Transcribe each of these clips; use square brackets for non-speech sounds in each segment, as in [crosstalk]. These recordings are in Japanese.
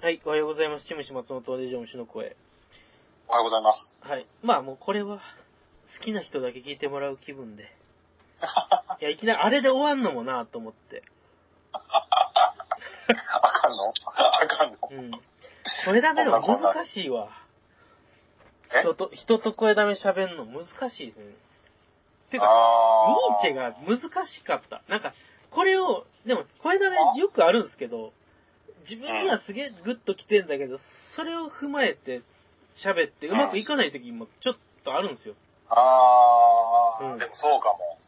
はい、おはようございます。チムシ松本でジョン氏の声。おはようございます。はい。まあもうこれは、好きな人だけ聞いてもらう気分 [laughs] で。いや、いきなりあれで終わんのもなと思って。あかんのあかんのうん。声だめでも難しいわ。え人と、人と声だめ喋んの難しいですね。てか、ニあーチェが難しかった。なんか、これを、でも、声だめよくあるんですけど、自分にはすげえグッときてんだけど、それを踏まえて喋って、うまくいかない時もちょっとあるんですよ。あー、うんでもそうかも。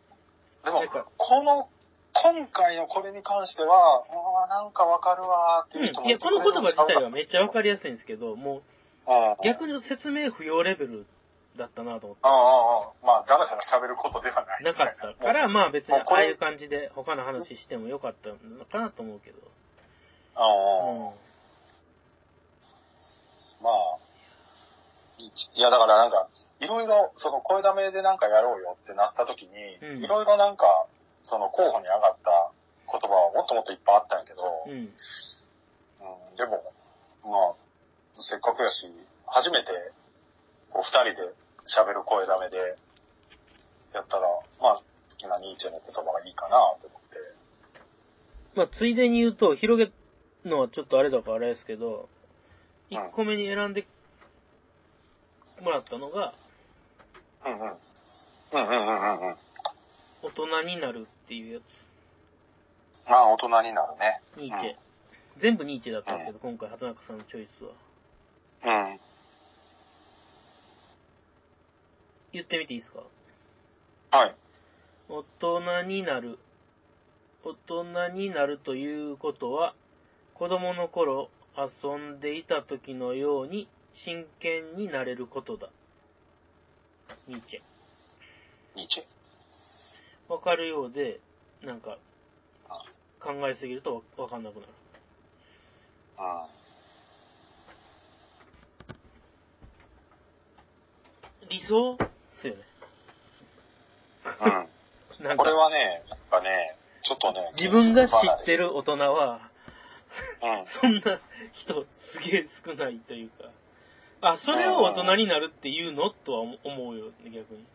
でなんかも、この、今回のこれに関しては、あーなんかわかるわーってういう人ん。もいや、この言葉自体はめっちゃわる。かりやすいんですけど、もうんう、逆に言うと説明不要レベルだったなと思っああ、ああ、まあ、だらだら喋ることではない。て。なかったから、まあ別にもうこあれあいう感じで他の話してもよかったのかなと思うけど。ああ、うん。まあ、いいや、だからなんか、いろいろ、その声だめでなんかやろうよってなった時うんに、いろいろなんか、その候補に上がった言葉はもっともっといっぱいあったんやけど、うん。うん、でも、まあ、せっかくやし、初めて、こう、二人で喋る声だめで、やったら、まあ、好きなニーチェの言葉がいいかなと思って。まあ、ついでに言うと、広げるのはちょっとあれだからあれですけど、うん1個目に選んでもらったのが、うんうん。うんうんうんうんうん。大人になるっていうやまあ、大人になるね。つ、ニーチェ。全部ニーチェだったんですけど、今回、畑中さんのチョイスは。うん。言ってみていいですかはい。大人になる。大人になるということは、子供の頃遊んでいた時のように真剣になれることだ。ニーチェ。ニーチェ。わかるようで、なんか、考えすぎるとわわかんなくなる。うん。理想っすよね。うん。なんこれか、はね、やっぱね、ちょっとね、自分が知って。る大人は、うん。そんな人すげえ少ないというか、あ、それを大人になるっていうのとは思思うよね、逆に。うんう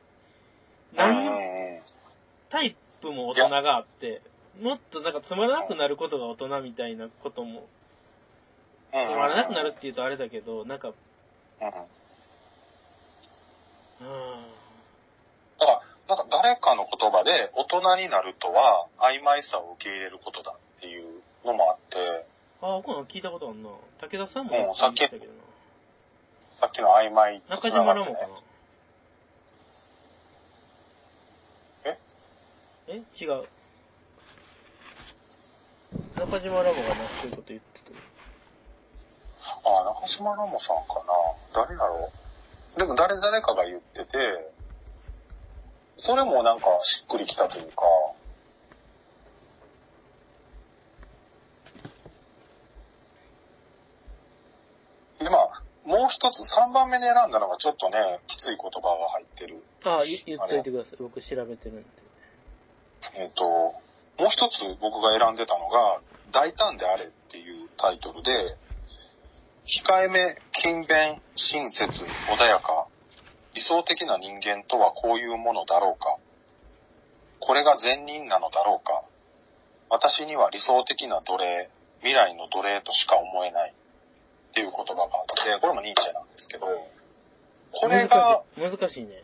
何んうんタイプも大人があって、もっとなんかつまらなくなることが大人みたいなことも、つまらなくなるっていうとあれだけど、なんか、うんうんうん、だから、なんか誰かの言葉で、大人になるとは、曖昧さを受け入れることだっていうのもあって、あ、僕の聞いたことあんな。武田さんもうん言ってたけどな。さっきの曖昧と中繋島がラってモかなね。え違う。中島ラモがな、そういうこと言ってああ、中島ラモさんかな。誰だろう。でも誰、誰かが言ってて、それもなんかしっくりきたというか、で、まあ、もう一つ、3番目に選んだのがちょっとね、きつい言葉が入ってる。た。ああ、言言っといてください。僕調べてるんで。えっ、と、もう一つ僕が選んでたのが、大胆であれっていうタイトルで、控えめ、勤勉、親切、穏やか、理想的な人間とはこういうものだろうか、これが善人なのだろうか、私には理想的な奴隷、未来の奴隷としか思えないっていう言葉があって、これもニーチェなんですけど、これが、難しい。難しいね。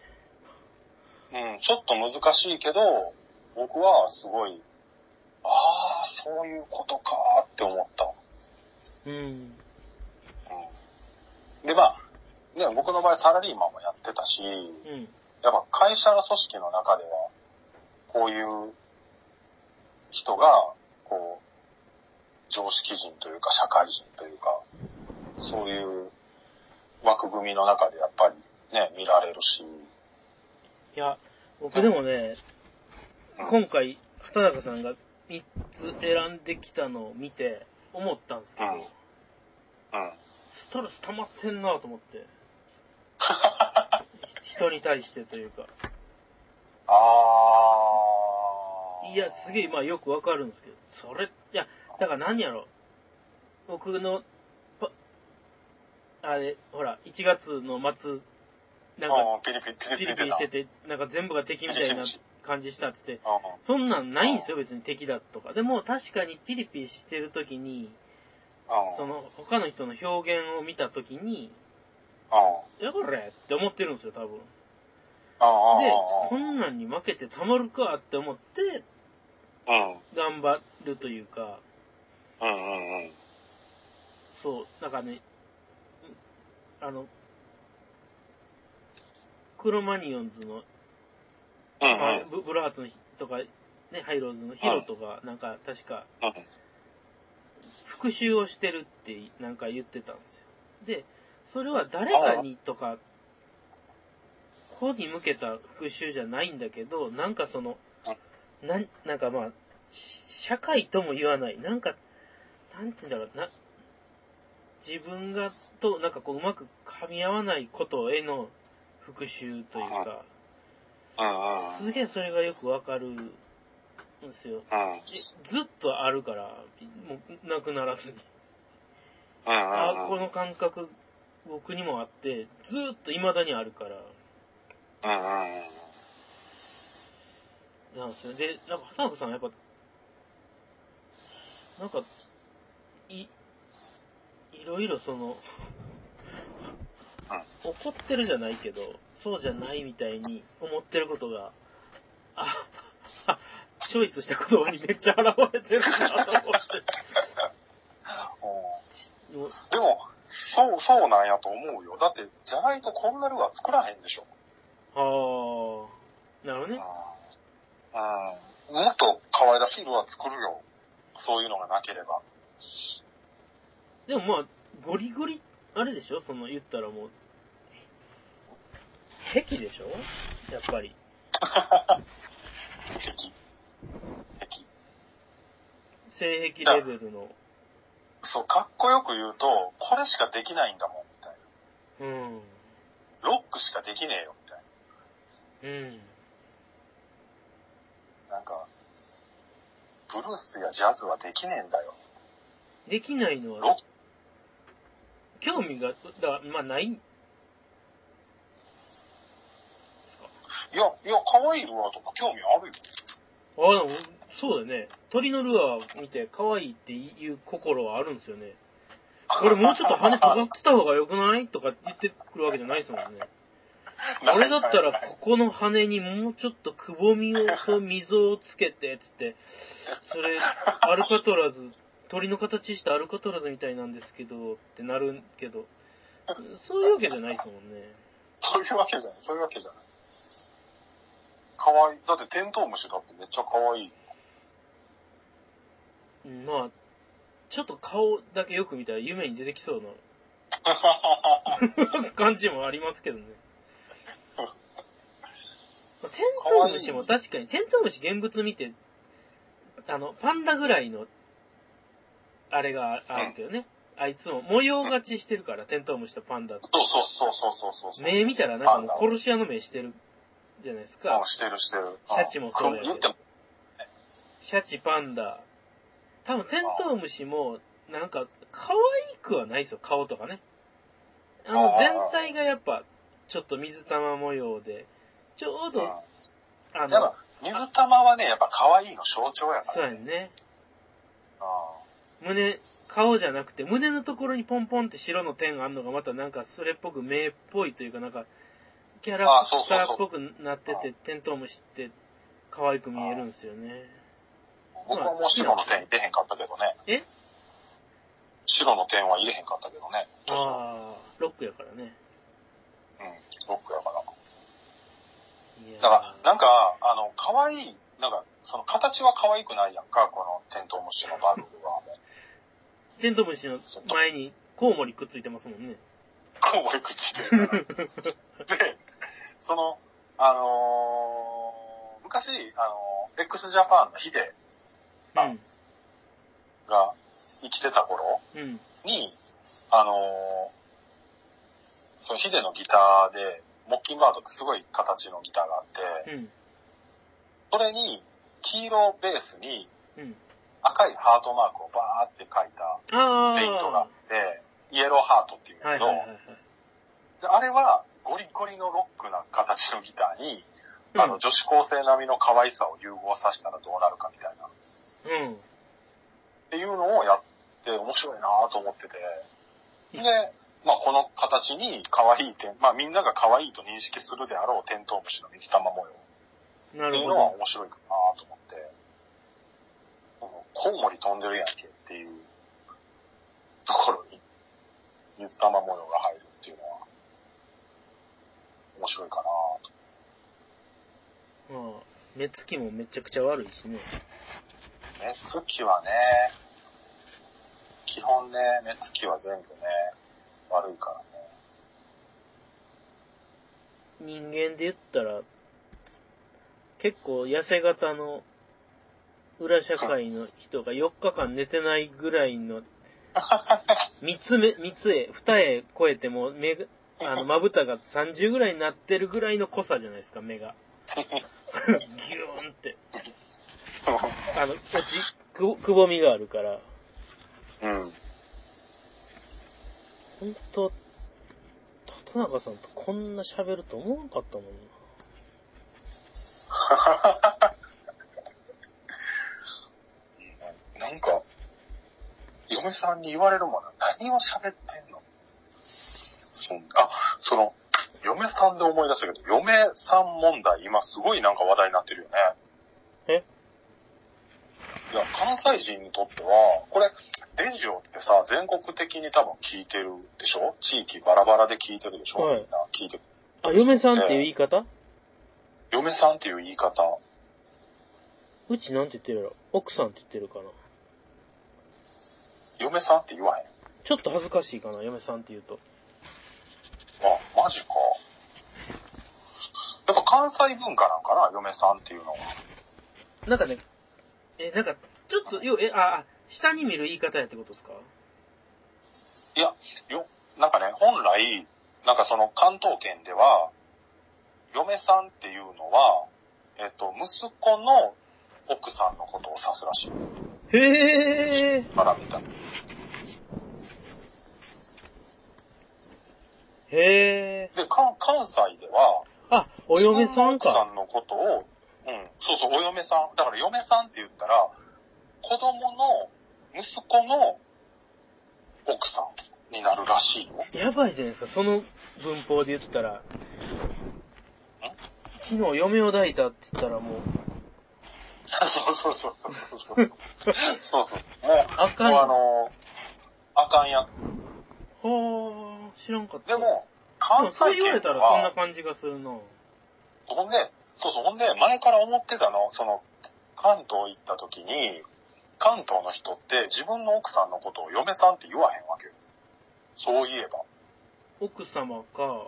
うん、ちょっと難しいけど、僕はすごい、ああ、そういうことかーって思った。うん。うん、で、まあ、ね、僕の場合サラリーマンもやってたし、うん。やっぱ会社の組織の中では、こういう人が、こう、常識人というか社会人というか、そういう枠組みの中でやっぱりね、見られるし、いや、僕でもね、うん今回、畑中さんが3つ選んできたのを見て、思ったんですけど、うん [laughs] うん。ストレス溜まってんなと思って。人に対してというか。ああ。いや、すげえ、まあよくわかるんですけど、それ、いや、だから何やろ。僕のパあれ、ほら、1月の末、なんか、ああ、ピリピリ、ピピリピリリ出ピてリた。してて、なんか全部が敵みたいな感じしたっつって、ああそんなんないんですよ、別に敵だとか。でも、確かにピリピリしてる時に、ああその、他の人の表現を見た時に、ああだこれって思ってるんですよ、多分。ああで、あこんなんに負けてたまるかって思って、あうん。頑張るというか、うんうんうん。そう、なんかね、あの、クロマニオンズの、うんうん。あブブルーハーツのひとか、ね、ハイローズのヒロとか、なんか確か、うん復讐をしてるってなんか言ってたんですよ。で、それは誰かにとか、子に向けた復讐じゃないんだけど、なんかその、なん、なんかまあ、し社会とも言わない、なんか、なんて言うんだろうな、自分が、と、なんかこう、うまく噛み合わないことへの復讐というか、うんうん。すげえそれがよくわかるんですよ。うん。うんえずっとあるから、もう、なくならずに。あうんこの感覚、僕にもあって、ずーっと未だにあるから、うんうん。なんですよ。で、なんか、畑中さんはやっぱ、なんか、い、いろいろその、怒ってるじゃないけど、そうじゃないみたいに思ってることが、あ、 [laughs] チョイスした言葉にめっちゃ現れてるなと思って。うんもうでも、そう、そうなんやと思うよ。だって、じゃないとこんなルアー作らへんでしょ。ああ、なるほどうんね。。うんもっと可愛らしいルアー作るよ。そういうのがなければ。でもまあ、ゴリゴリ、あれでしょその言ったらもう、壁でしょやっぱり。敵。敵。性癖レベルの。そう、かっこよく言うと、これしかできないんだもん、みたいうん。な。ロックしかできねえよ、みたいうん。な。なんか、ブルースやジャズはできねえんだよ。できないのロは、興味が、だからまあないんですか。いや、いや、可愛いルアーとか興味あるよ。ああ、でもそうだよね。鳥のルアー見て可愛いっていう心はあるんですよね。これもうちょっと羽 [laughs] 尖ってた方が良くないとか言ってくるわけじゃないですもんね。俺だったら、ここの羽にもうちょっとくぼみを、こう、溝をつけて、つって、それ、アルカトラズ、鳥の形したアルカトラズみたいなんですけど、ってなるけど、そういうわけじゃないですもんね。そういうわけじゃない、そういうわけじゃない。可愛い。だってテントウムシだってめっちゃ可愛 [laughs] い。うんまあ、ちょっと顔だけよく見たら夢に出てきそうな [laughs] 感じもありますけどね。まあテントウムシも確かに、テントウムシ現物見て、あの、パンダぐらいの、あれがあるけどね。あいつも模様勝ちしてるから、テントウムシとパンダって。そうそうそうそうそうそうそう。目見たらなんかもうパンダ殺し屋の目してるじゃないですうかん、。してるしてる。シャチもそうやけど言っても、シャチ、パンダ。多分、テントウムシも、なんか、可愛くはないですよ、顔とかね。あの、あー全体がやっぱ、ちょっと水玉模様で、ちょううんど、あやっのぱ、水玉はね、やっぱ可愛いの象徴やかそうら。やんね。う胸、顔じゃなくて、胸のところにポンポンって白の点があるのが、またなんか、それっぽく目っぽいというか、なんか、キャラあーそうクそタうそーうっぽくなってて、テントウムシって、可愛く見えるんですよね。ん僕はもう白の点入れへんかったけどね。え白の点は入れへんかったけどね。ああ、ロックやからね。うん。ロックやから。いやーだから、なんか、あの、可愛い、なんか、その形は可愛くないやんか、このテントウムシのバルブは。テントウムシの前にコウモリくっついてますもんね。コウモリくっついてるから。で、その、あのー昔、あのー x ジャパンのヒデあうが生きてた頃ん。うん。に、あのーそのヒデのギターで、モッキンバードってすごい形のギターがあって、うん。それに、黄色ベースにうん。赤いハートマークをバーって書いたペイントがああって、イエロロハートっていうんだはけいど、はいはいはい。であれはゴリゴリのロックな形のギターに、うんあの女子高生並みの可愛さを融合させたらどうなるかみたいな、っうん。ていうのをやって面白いなぁと思ってて、で、まあこの形に可愛い点、まあみんなが可愛いと認識するであろうテントウムシの水玉模様なってるいうほのはど。面白いかなと思って、このコウモリ飛んでるやんけっていうところに水玉模様が入るっていうのは面白いかなと。まあ、目つきもめちゃくちゃ悪いしね。目つきはね、基本ね、目つきは全部ね、悪いからね。人間で言ったら、結構痩せ型の裏社会の人が4日間寝てないぐらいの、三つ目、三つへ、二重超えても目が、あの、まぶたが30ぐらいになってるぐらいの濃さじゃないですか、目が。ギューンって。あの、こっち、くぼくぼみがあるから。 [laughs] うん。ほんと、畑中さんとこんな喋ると思わなかったもんな。なんか、嫁さんに言われるもんな。何を喋ってんのそんあ、その、嫁さんで思い出したけど、嫁さん問題、今すごいなんか話題になってるよね。えいや、関西人にとっては、これ、レジオってさ、全国的に多分聞いてるでしょ地域バラバラで聞いてるでしょ、はいみんな聞いてる。あ、嫁さんっていう言い方嫁さんっていう言い方。うちなんて言ってるやろ奥さんって言ってるかな嫁さんって言わへん。ちょっと恥ずかしいかな、嫁さんって言うと。あ、マジか。やっぱ関西文化なんかな、嫁さんっていうのは。なんかね、え、なんか、ちょっと、よ、え、あ、あ下に見る言い方やってことですかなんかね、本来、なんかその関東圏では、嫁さんっていうのは、えっと、息子の奥さんのことを指すらしい。へー。からみたいな。へー。で、関関西では、あ、お嫁さん自分の奥か。さんのことを、うん、そうそう、お嫁さん。だから嫁さんって言ったら、子供の息子の奥さんになるらしいよ。やばいじゃないですか、その文法で言ったら。昨日嫁を抱いたって言ったらもう、そうそうそうそうそう。そうそう。もう、あかんもうやあんの、あかんや。ほー、知らんかった。でも、で関もそう西言われ圏でたらそんなは、感じがするな。ほんで、そうそう、ほんで、前から思ってたの、その、関東行った時に、関東の人って自分の奥さんのことを嫁さんって言わへんわけよ。そういえば、奥様か、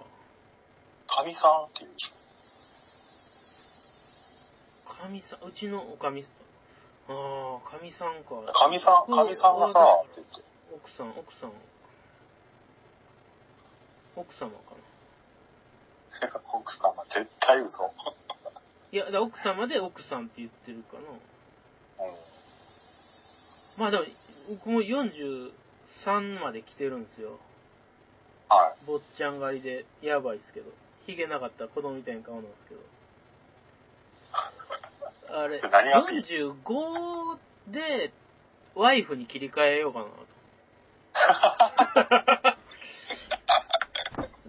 神さんって言うでしょ。神さん、うちのおかみ、ああ、神さんか。神さん、神さんがさ、って言って。奥さん、奥さん。奥様かな。奥さんが絶対嘘。いや、だから奥様で奥さんって言ってるかな。うんまあでも、僕も43まで来てるんですよ。はい。坊ちゃん狩りで、やばいっすけど。ヒゲなかったら子供みたいな顔なんですけど。あれ、何がピ45で、ワイフに切り替えようかなと。 [laughs]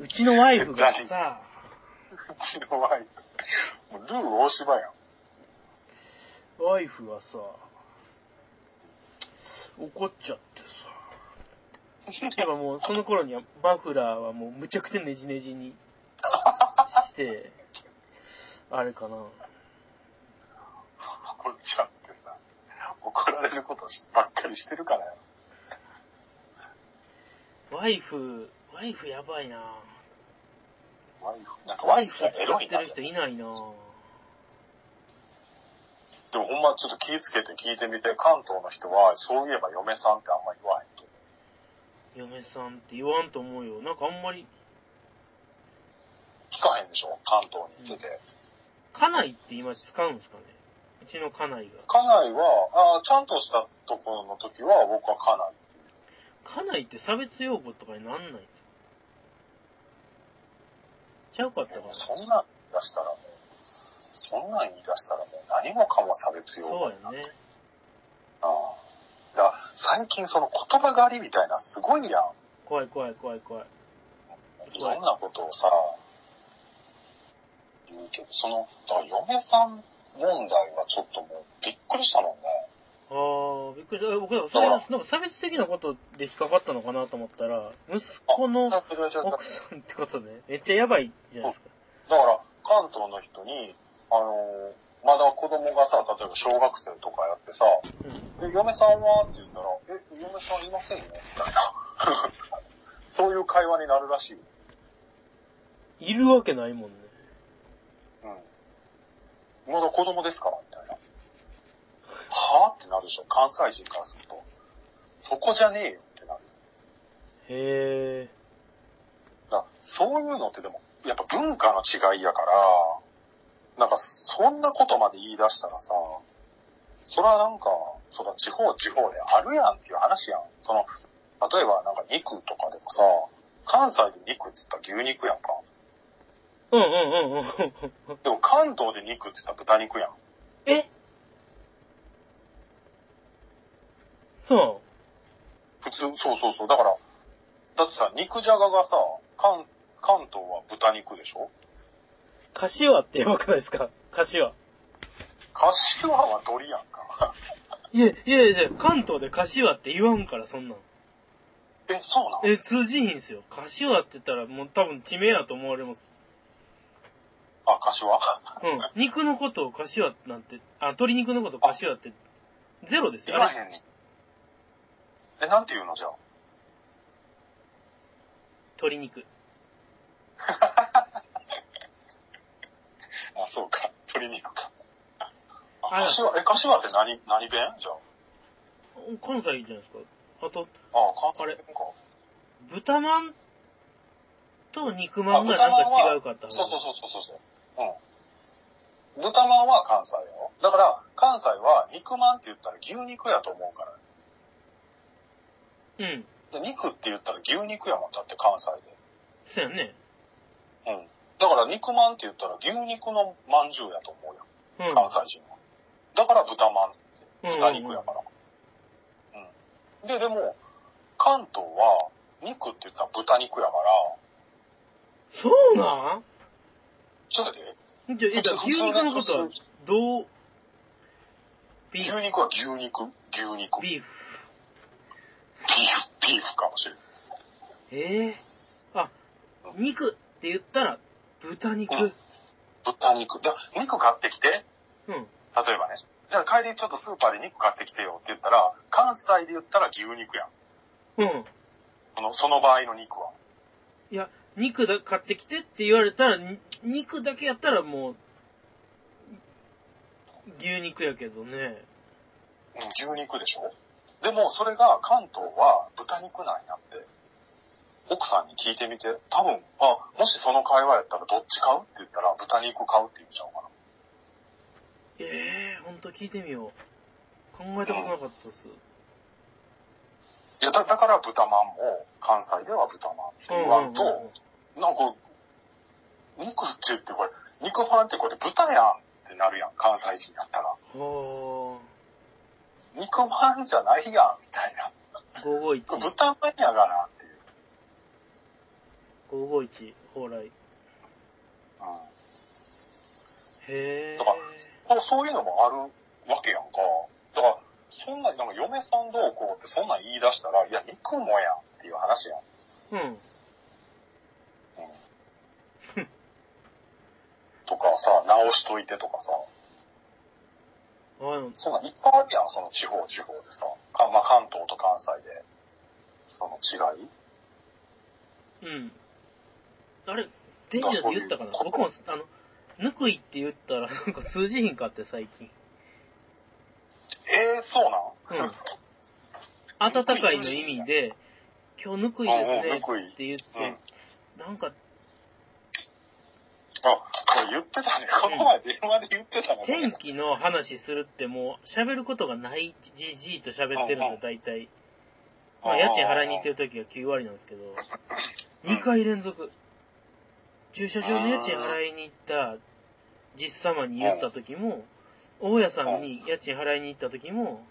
うちのワイフがさ、うちのワイフ。もうルー大芝やん。ワイフがさ、怒っちゃってさ。やっぱもうその頃にはバフラーはもうむちゃくちゃネジネジにして、あれかな。怒っちゃってさ、怒られることばっかりしてるからよ。ワイフ、ワイフやばいなワイフ。なんかワイフ使がっエロいてな。るで人いないなもほんまちょっと気ぃつけて聞いてみて、関東の人は、そういえば嫁さんってあんま言わへんと。嫁さんって言わんと思うよ。なんかあんまり、聞かへんでしょ関東に行ってて。家内って今使うんですかねうちの家内が。家内は、ああ、ちゃんとしたところの時は、僕は家内。家内って差別用語とかになんないんですかちゃうかったかなそんなん言い出したらもう、そんなん言い出したらもう何もかも差別用そ語うになやってね。な。だから最近その言葉狩りみたいなすごいやん。怖い怖い怖い怖い。いろんなことをさ、言うけど、その、だから嫁さん問題はちょっともうびっくりしたもんね。ああ、びっくりした。僕、それだなんかか差別的なことで引っかかったのかなと思ったら、息子のだからだから奥さんってことで、めっちゃやばいじゃないですか。だから関東の人に、あのーまだ子供がさ、例えば小学生とかやってさ、うんえ、嫁さんはって言ったら、え、嫁さんいませんよみたいな。 [laughs] そういう会話になるらしいよ。いるわけないもんね。うん。まだ子供ですから、みたいな。はぁってなるでしょ、関西人からすると。そこじゃねえよってなる。へえ。だからそういうのってでも、やっぱ文化の違いやから、なんかそんなことまで言い出したらさ、それはなんか、そら地方地方であるやんっていう話やん。その、例えばなんか肉とかでもさ、関西で肉って言ったら牛肉やんか。うんうんうんうん。でも関東で肉って言ったら豚肉やん。えそ普通、そうそうそう。だから、だってさ、肉じゃががさ、関、関東は豚肉でしょう。カシワってやばくないですかカシワ。柏は鳥やんか。 [laughs] いや、いやいやいや、関東でカシワって言わんから、そんなん。え、そうなんえ、通じひんすよ。カシワって言ったらもう多分地名やと思われます。あ、柏うん。肉のことをカシワなんて、あ、鶏肉のことをカシワって、ゼロですいよ。らあれ、へん。え、なんて言うのじゃあ。鶏肉。あ、そうか。 [laughs] 鶏肉か。ああ、柏、え、柏って何、何弁じゃ関西じゃないですか。あと、あ。あ、関あ西れ弁か。豚まんと肉まんがなんか違うかったはずそうそうそうそうそう。うん。豚まんは関西やろだから、関西は肉まんって言ったら牛肉やと思うから。うん。で肉って言ったら牛肉やもんだって関西そうやね。で。うん。だから肉まんって言ったら牛肉のまんじゅうやと思うやん。うん。関西人は。だから豚まん。うんうんうん豚肉やから。うん。で、でも、関東は肉って言ったら豚肉やから、そうなんそうやで。じゃあ、え、だから牛肉のことは、どう、ビ牛ーフ、肉は牛肉、牛肉。ビビーーフ、フ。ビーフかもしれえん。えあ、肉って言ったら、豚肉。うん豚肉。だ肉買ってきて、うん。例えばね。じゃあ帰りちょっとスーパーで肉買ってきてよって言ったら、関西で言ったら牛肉やん。うん。その、その場合の肉は。いや、肉だ、買ってきてって言われたら、に肉だけやったらもう、牛肉やけどね。うん、牛肉でしょでも、それが関東は豚肉なんやって、奥さんに聞いてみて、多分、あ、もしその会話やったらどっち買うって言ったら豚肉買うって言っちゃうかな。ええほんと聞いてみよう。考えたことなかったっす。いや、だだから豚まんも、関西では豚まんってうんう言わんうんんと、なんか、肉って言ってこれ、肉ファンってこれ豚やんってなるやん、関西人やったら。は肉ファンじゃないやん、みたいな。あ、551。豚まんやがなっていう。 551、蓬莱。へうんえ。とかそうそういうのもあるわけやんか。だから、そんな、なんか嫁さんどうこうってそんなん言い出したら、いや、肉もやんっていう話やん。うん。うん。とかさ、直しといてとかさ、あの、そんなんいっぱいあるやん、その地方地方でさ。かまあ、関東と関西で、その違い。うん。あれ、デンジャーで言ったかな僕も、あの、ぬくいって言ったらなんか通じひんかって最近。ええそうなん [laughs] うん。暖かいの意味で、今日ぬくいですうんうんねぬくいって言って、なんか、あ、これ言ってたね。この前電話で言ってたね。天気の話するってもう喋ることがないじじいと喋ってるんだ、大体。まあ、家賃払いに行ってる時が9割なんですけど、2回連続、駐車場の家賃払いに行った実様に言った時も、大家さんに家賃払いに行った時も、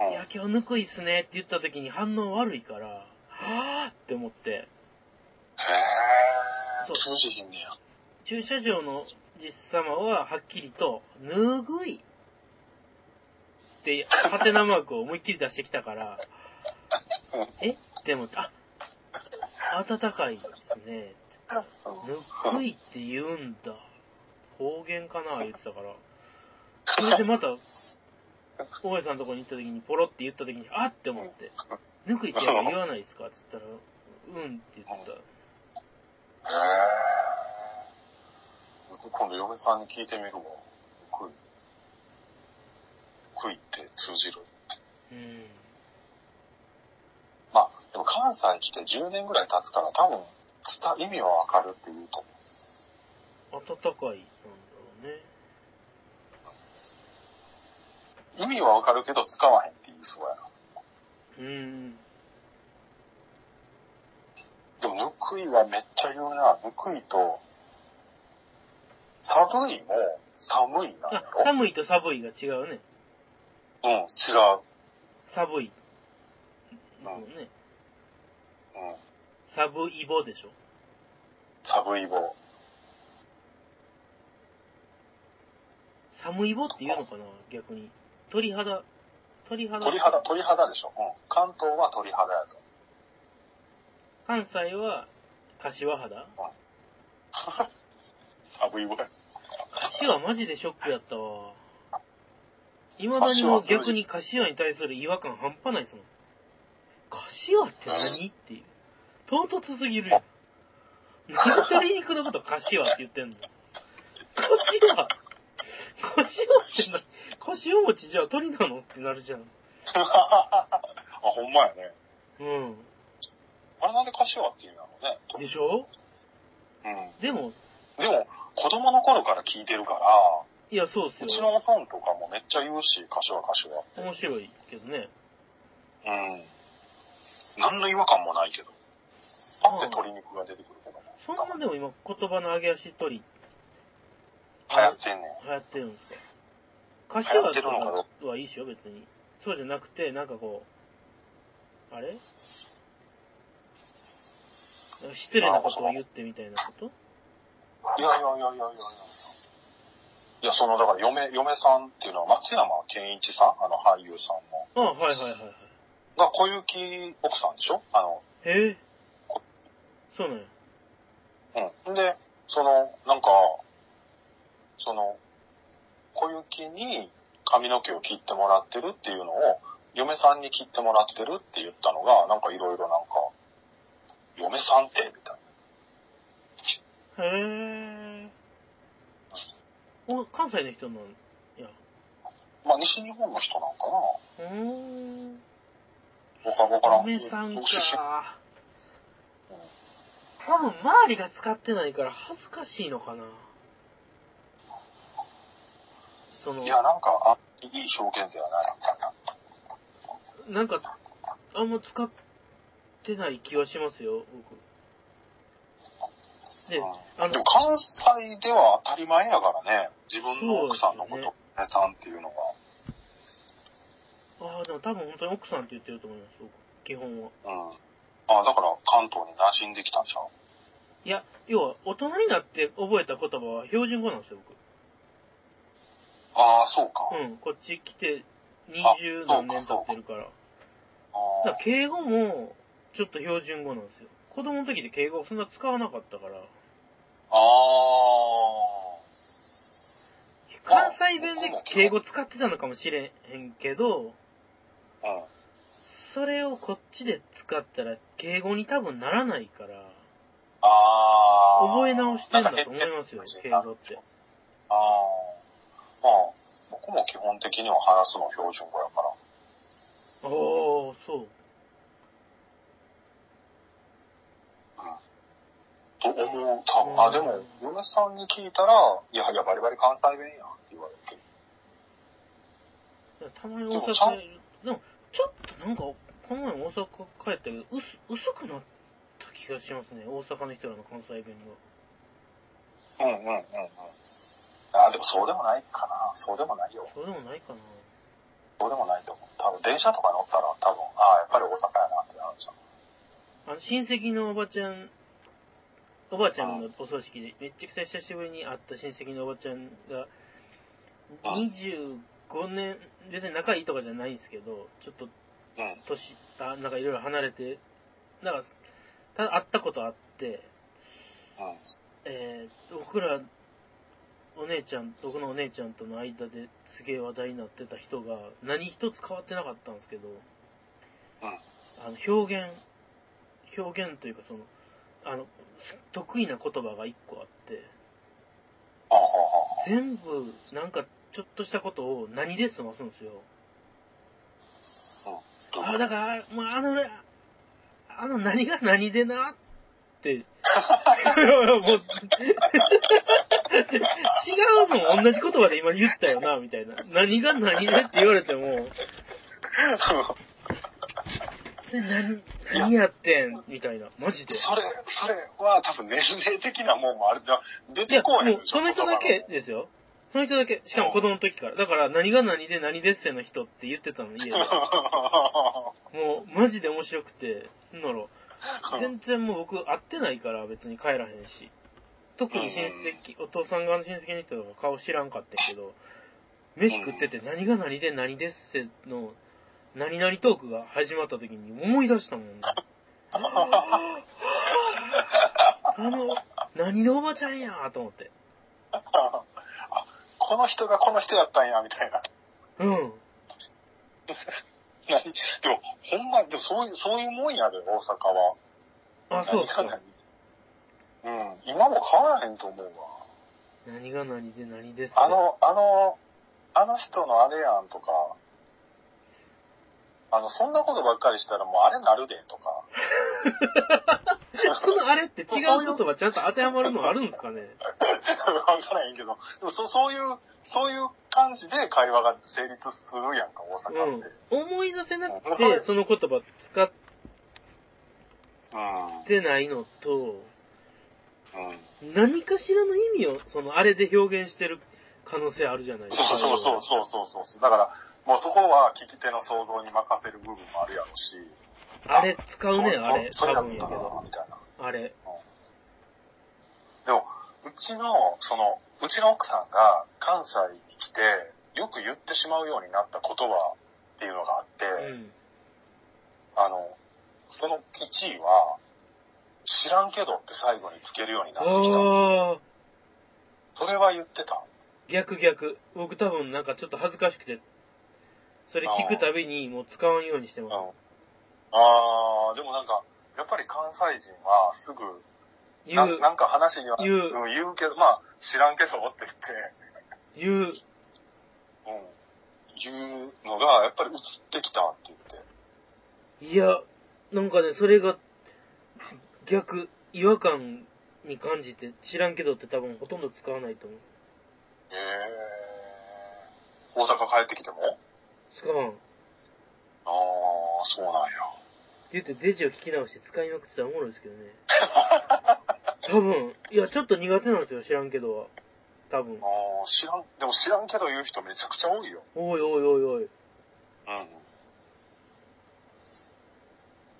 うんいや、今日ぬくいっすねって言った時に反応悪いから、はぁーって思って、へそうえ。通じひんねや。駐車場の実様ははっきりと、ぬぐいって、ハテナマークを思いっきり出してきたから、えって思って、あ、暖かいですね。ぬぐいって言うんだ。方言かな言ってた [laughs] から。それでまた、大家さんのとこに行った時にポロって言った時に、あって思って、ぬぐいってやっぱ言わないですかって言ったら、うんって言ってた。へえ。今度嫁さんに聞いてみるわ。くい。くいって通じる。うん。まあ、でも関西来て10年ぐらい経つから多分、つた、意味はわかるって言うと思暖かいなんだろうね。う。意味はわかるけど使わへんって言いそうやな。うん。でも、ぬくいはめっちゃ言うな。ぬくいと、寒いも寒いなんやあ、ろ寒いと寒いが違うね。うん、違う。寒い。そうね。うん、寒いぼでしょ。寒い棒。寒いぼって言うのかな逆に。鳥肌。鳥肌。鳥肌、鳥肌でしょ。うん。関東は鳥肌やと。関西は、柏肌寒い棒や。柏マジでショックやったわ。未だにもう逆に柏に対する違和感半端ないですもん。柏って何っていう。唐突すぎるやん。何で鶏肉のこと柏って言ってんの柏柏ってな、柏餅じゃあ鳥なのってなるじゃん。あ、ほんまやね。うん。あれなんで柏っていうのやろでしょね。でも、うん。でも、子供の頃から聞いてるから、いや、そうっすうちよ。のおかんとかもめっちゃ言うし、柏柏。面白いけどね。うん。何の違和感もないけど。あって鶏肉が出てくるけども。そんなでも今言葉の上げ足取り流行ってんねん。流行ってるんですか流柏行ってるのかとかはいいっしょ別にそうじゃなくてなんかこうあれなんか失礼なことを言ってみたいなこといやいやいやいやいやいやいや。いや、その、だから、嫁、嫁さんっていうのは、松山健一さん、あの、俳優さんの、ああはいはいはいはいが、小雪奥さんでしょあの、へえそうなんやうん。で、その、なんか、その、小雪に髪の毛を切ってもらってるっていうのを、嫁さんに切ってもらってるって言ったのが、なんかいろいろなんか、嫁さんって、みたいへえお関西の人なんやな。まあ、西日本の人なんかなうーん僕は分からん。嫁さんどうしよかうん多分周りが使ってないから恥ずかしいのかなそうのいや、なんか、あ、いい表現ではない。なんか、あんま使ってない気はしますよ、僕。で、あでのも、関西では当たり前やからね。自分の奥さんのこと、そうですねよ、さんっていうのが。ああ、でも多分本当に奥さんって言ってると思います、僕。基本は。うん。あだから関東に馴染んできたんちゃういや、要は、大人になって覚えた言葉は標準語なんですよ、ああ、そうか。僕。うん、こっち来て20何年経ってるから。だかあら敬語も、ちょっと標準語なんですよ。子供の時で敬語をそんな使わなかったから、あ。あ関西弁で敬語使ってたのかもしれへんけど、あ。うん。それをこっちで使ったら敬語に多分ならないから、ああ。覚え直してんだと思いますよなんか、敬語って。ああ。まあ、僕も基本的には話すの標準語やかあら。あ、そう。と思う、多分。あ、でも、嫁さんに聞いたら、いや、いや、バリバリ関西弁やんって言われて。たまに大阪で、でも、ちょっとなんか、この前も大阪帰ったけど、薄、薄くなった気がしますね。大阪の人らの関西弁うんうんうんうん。あ、でもそうでもないかな。そうでもないよが。。そうでもないかな。そうでもないと思う。多分電車とか乗ったら多分、ああ、やっぱり大阪やなってなるじゃん。あの、親戚のおばちゃん、おばあちゃんのお葬式で、めっちゃくちゃ久しぶりに会った親戚のおばちゃんが、あ25年、別に仲いいとかじゃないんですけど、ちょっとうん。年、あなんかいろいろ離れて、なんか、ただ会ったことあって、うん。えー、僕ら、お姉ちゃん、僕のお姉ちゃんとの間ですげえ話題になってた人が、何一つ変わってなかったんですけど、あの、表現、表現というかその、あの、す得意な言葉が一個あって、ああ、あ全部、なんか、ちょっとしたことを何で済ますんですよ。あ、ああ。あ、だから、もうあの、あの、何が何でなって、 [laughs] もう違うの同じ言葉で今言ったよな、みたいな。何が何でって言われても、え何、何やってんみたいな。マジで。 [laughs] それ、それは多分年齢的なもんもあるじゃ出いてや、こへもんうで、しょ。その人だけですよ。その人だけ。しかも子供の時から。だから、何が何で何でっせの人って言ってたの、家で言。葉もう、マジで面白くて。なんだろう。が。全然もう僕会ってないから別に帰らへんし。特に親戚、お父さん側の親戚の人が顔知らんかったけど、飯食ってて何が何で何ですせの、何々トークが始まった時に思い出したもんね。あの、何のおばちゃんやと思って。 [laughs] あ、この人がこの人やったんや、みたいな。うん。何でも、ほんま、でもそういう、そういうもんやで、大阪は。あ、そうっすか。何が何うん、今も変わらへんと思うわ。何が何で何ですせあ、の、あの、あの人のあれやんとか、あの、そんなことばっかりしたらもうあれなるで、と [laughs] か。そのあれって違う言葉ちゃんと当てはまるのあるんですかね [laughs] わからへんけど、でもそそういう、そういう感じで会話が成立するやんか、大阪って。うん。思い出せなくうて、んその言葉使っうん。てないのと、うん。何かしらの意味を、その、あれで表現してる可能性あるじゃないですそか。うそうそうそうそうそうそう。だから、もうそこは聞き手の想像に任せる部分もあるやろし。あれ使うね、そあれ。多そそれだっ分やたけど。な、みたいな。あれ。でも、うちの、その、うちの奥さんが関西に来て、よく言ってしまうようになった言葉っていうのがあって、うん。あの、その1位は、知らんけどって最後につけるようになってきた。ああ、それは言ってた。逆逆。僕多分なんかちょっと恥ずかしくて、それ聞くたびにもう使わんようにしてうんま。あー、でもなんか、やっぱり関西人はすぐ、す。言なう、なんか話には言うん言うけど、まあ、知らんけどって言って、言う。うん、言うのが、やっぱり映ってきたって言って。いや、なんかね、それが、逆、違和感に感じて、知らんけどって多分ほとんど使わないと思う。えー、大阪帰ってきても使わん。ああ、そうなんや。って言ってデジを聞き直して使いまくってたらおもろいですけどね。 [laughs] 多分、いや、ちょっと苦手なんですよ、知らんけどは。多分。ああ、知らん、でも知らんけど言う人めちゃくちゃ多いよ。おいおいおいおい。うん。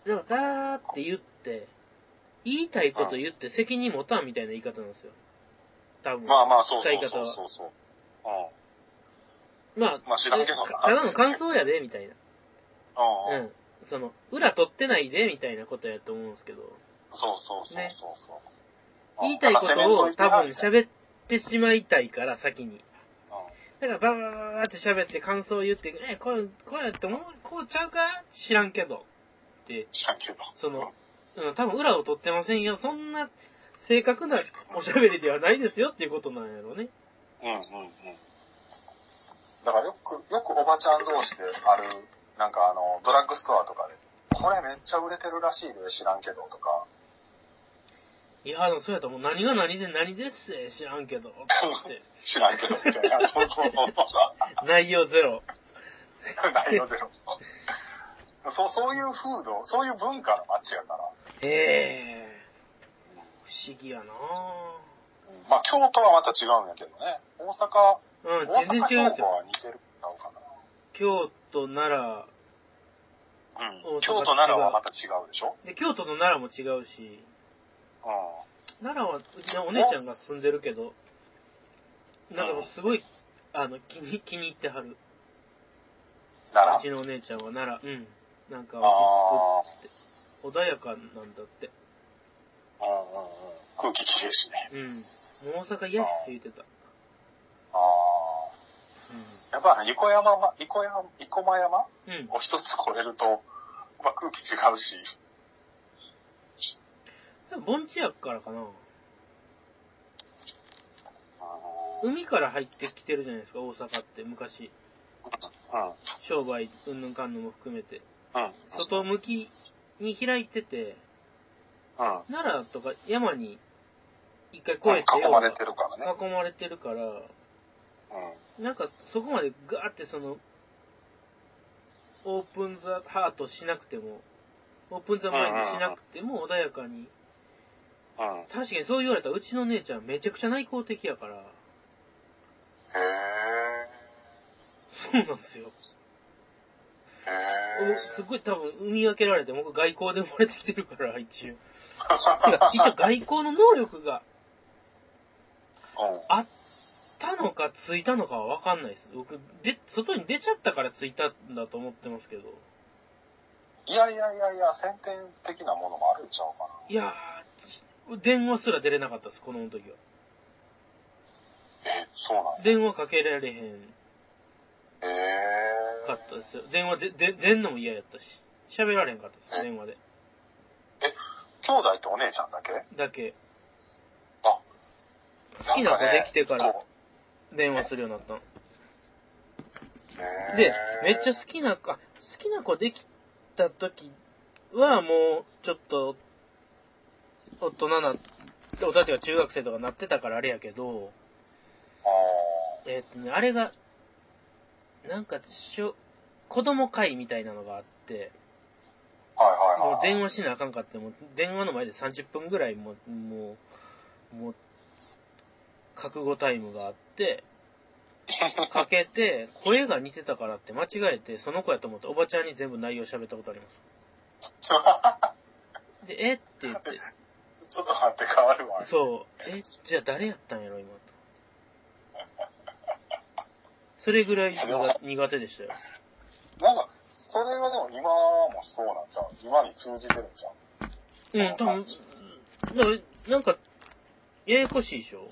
なんか、だーって言って、言いたいこと言って責任持たんみたいな言い方なんですよ。多分。まあまあ、そうそ使いう方そうはそうそう。うまん。まあ知らんけどかただの感想やで、みたいな。うん。ううん、ん。その、裏取ってないで、みたいなことやと思うんですけど。そうそうそうそうそう。うん言いたいことを多分。なんか喋ってしまいたいから、先に。セメント言だってなからバーバーバーバーって喋って感想を言って、え、こう、こうやってもう、こうちゃうか知らんけど。ってうん、知らんけど。その、うん、多分裏を取ってませんよ。そんな正確なおしゃべりではないですよっていうことなんやろうね。うんうんうん。だからよく、よくおばちゃん同士である、なんかあの、ドラッグストアとかで、これめっちゃ売れてるらしいで知らんけどとか、いや、でもそうやったらもう何が何で何ですせ知らんけど。 [laughs] って。知らんけどみたいな、そうそうそう、 [laughs] 内容ゼロ。内容ゼロ。そう、そういう風土、そういう文化の街やから。へえ。不思議やなまあ、京都はまた違うんやけどね。大阪、うん、大全然違うん阪、です兵庫よ。は似てるのか京都、奈良、な。大阪う違ん。う京都、奈良はまた違うでしょで、京都と奈良も違うし、うん。奈良は、うちのお姉ちゃんが住んでるけど、なんかもうすごい、あの、気に、気に入ってはる。う奈良。ちのお姉ちゃんは奈良、うん。なんかあ落ち着くって、穏やかなんだって。あ、うんうんうん。空気きれいしね。うん。もう大阪嫌って言ってた。ああ。やっぱ、ね、生山は、生山、生駒山うん。うん。を一つ越えると、まあ、空気違うし、でも盆地やからかな。あの海から入ってきてるじゃないですか、大阪って昔。うん。商売、うんぬんかんぬんも含めて。うん。外向きに開いてて、うん。奈良とか山に一回う越んえて囲まれてるからね。囲まれてるから、うん。なんかそこまでガーってその、オープンザハートしなくても、オープンザマインドしなくても穏やかに。うん。へ確かにそう言われたらうちの姉ちゃんめちゃくちゃ内向的やから、え。そうなんですよ。へおえ。すごい多分、産み分けられて、僕外交で生まれてきてるから、 [laughs] 一応。一応外交の能力が [laughs] うん。たのかついたのかは分かんないです。僕、で、外に出ちゃったからついたんだと思ってますけど。いやいやいやいや、先天的なものもあるんちゃうかいやー、電話すら出れなかったです、この時は。な。え、そうなんや電話かけられへんへかったですよ。電話で、で、出んのも嫌やったし。喋られへんかったです、電話で。兄弟とお姉ちゃんだけだけ、あ、好きな子できてからなんね電話するようになったの。そうへーで、めっちゃ好きな子、あ好きな子できた時はもう、ちょっと、大人な、大人っていうか中学生とかなってたからあれやけど、あえーっ、とね、あれが、なんか、しょ、子供会みたいなのがあって、ーはいはいはい。もう電話しなあかんかって、もう電話の前で30分ぐらいもう、もう、もう、覚悟タイムがあって、かけて、声が似てたからって間違えて、その子やと思って、おばちゃんに全部内容喋ったことあり [laughs] ます。で、えって言って、ちょっと待って変わるわ。そう、え、じゃあ誰やったんやろ、今。それぐらい苦苦手でしたよ。なんか、それはでも今もそうなんちゃう今に通じてるんちゃううん、多分、だからなんか、ややこしいでしょう